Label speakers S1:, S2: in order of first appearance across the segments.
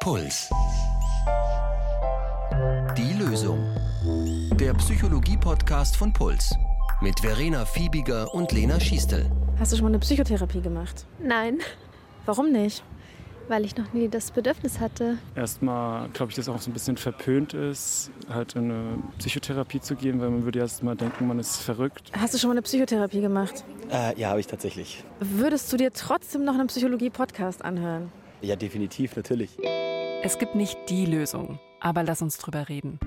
S1: Impuls. Die Lösung. Der Psychologie-Podcast von Puls. Mit Verena Fiebiger und Lena Schiestel.
S2: Hast du schon mal eine Psychotherapie gemacht?
S3: Nein,
S2: Warum nicht?
S3: weil ich noch nie das Bedürfnis hatte.
S4: Erstmal glaube ich, dass auch so ein bisschen verpönt ist, halt in eine Psychotherapie zu gehen, weil man würde erst mal denken, man ist verrückt.
S2: Hast du schon mal eine Psychotherapie gemacht?
S5: Äh, ja, habe ich tatsächlich.
S2: Würdest du dir trotzdem noch einen Psychologie-Podcast anhören?
S5: Ja, definitiv, natürlich.
S6: Es gibt nicht die Lösung, aber lass uns drüber reden.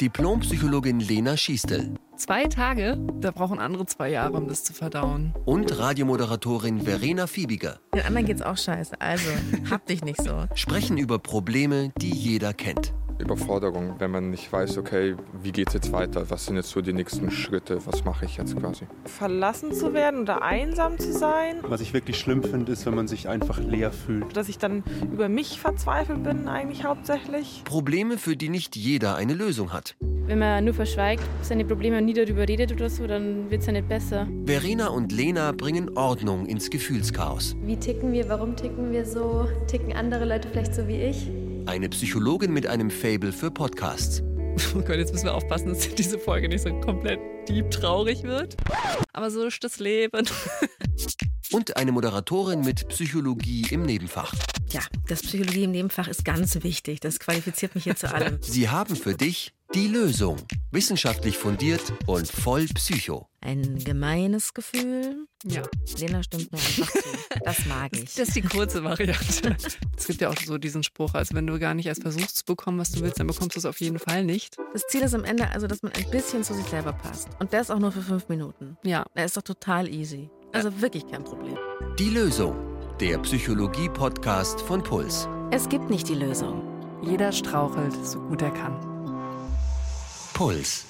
S1: Diplompsychologin Lena Schiestel
S7: Zwei Tage? Da brauchen andere zwei Jahre, um das zu verdauen.
S1: und Radiomoderatorin Verena Fiebiger
S8: Den anderen geht's auch scheiße. Also, hab dich nicht so.
S1: sprechen über Probleme, die jeder kennt.
S9: Überforderung, wenn man nicht weiß, okay, wie geht's jetzt weiter? Was sind jetzt so die nächsten Schritte? Was mache ich jetzt quasi?
S10: verlassen zu werden oder einsam zu sein,
S11: Was ich wirklich schlimm finde, ist, wenn man sich einfach leer fühlt.
S10: dass ich dann über mich verzweifelt bin eigentlich hauptsächlich.
S1: Probleme, für die nicht jeder eine Lösung hat.
S3: Wenn man nur verschweigt, seine Probleme und nie darüber redet oder so, dann wird es ja nicht besser.
S1: Verena und Lena bringen Ordnung ins Gefühlschaos.
S3: Wie ticken wir? Warum ticken wir so? Ticken andere Leute vielleicht so wie ich?
S1: Eine Psychologin mit einem Fable für Podcasts.
S7: Oh Gott, jetzt müssen wir aufpassen, dass diese Folge nicht so komplett deep traurig wird. Aber so ist das Leben.
S1: Und eine Moderatorin mit Psychologie im Nebenfach.
S8: Tja, das Psychologie im Nebenfach ist ganz wichtig. Das qualifiziert mich hier zu allem.
S1: Sie haben für dich die Lösung. Wissenschaftlich fundiert und voll Psycho.
S8: Ein gemeines Gefühl.
S7: Ja,
S8: Lena stimmt mir einfach zu. Das mag ich.
S7: das ist die kurze Variante. Es gibt ja auch so diesen Spruch, also wenn du gar nicht erst versuchst zu bekommen, was du willst, dann bekommst du es auf jeden Fall nicht.
S8: Das Ziel ist am Ende also, dass man ein bisschen zu sich selber passt. Und das auch nur für fünf Minuten.
S7: Ja,
S8: Das ist doch total easy. Also wirklich kein Problem.
S1: Die Lösung. Der Psychologie-Podcast von Puls.
S8: Es gibt nicht die Lösung.
S6: Jeder strauchelt, so gut er kann.
S1: Puls.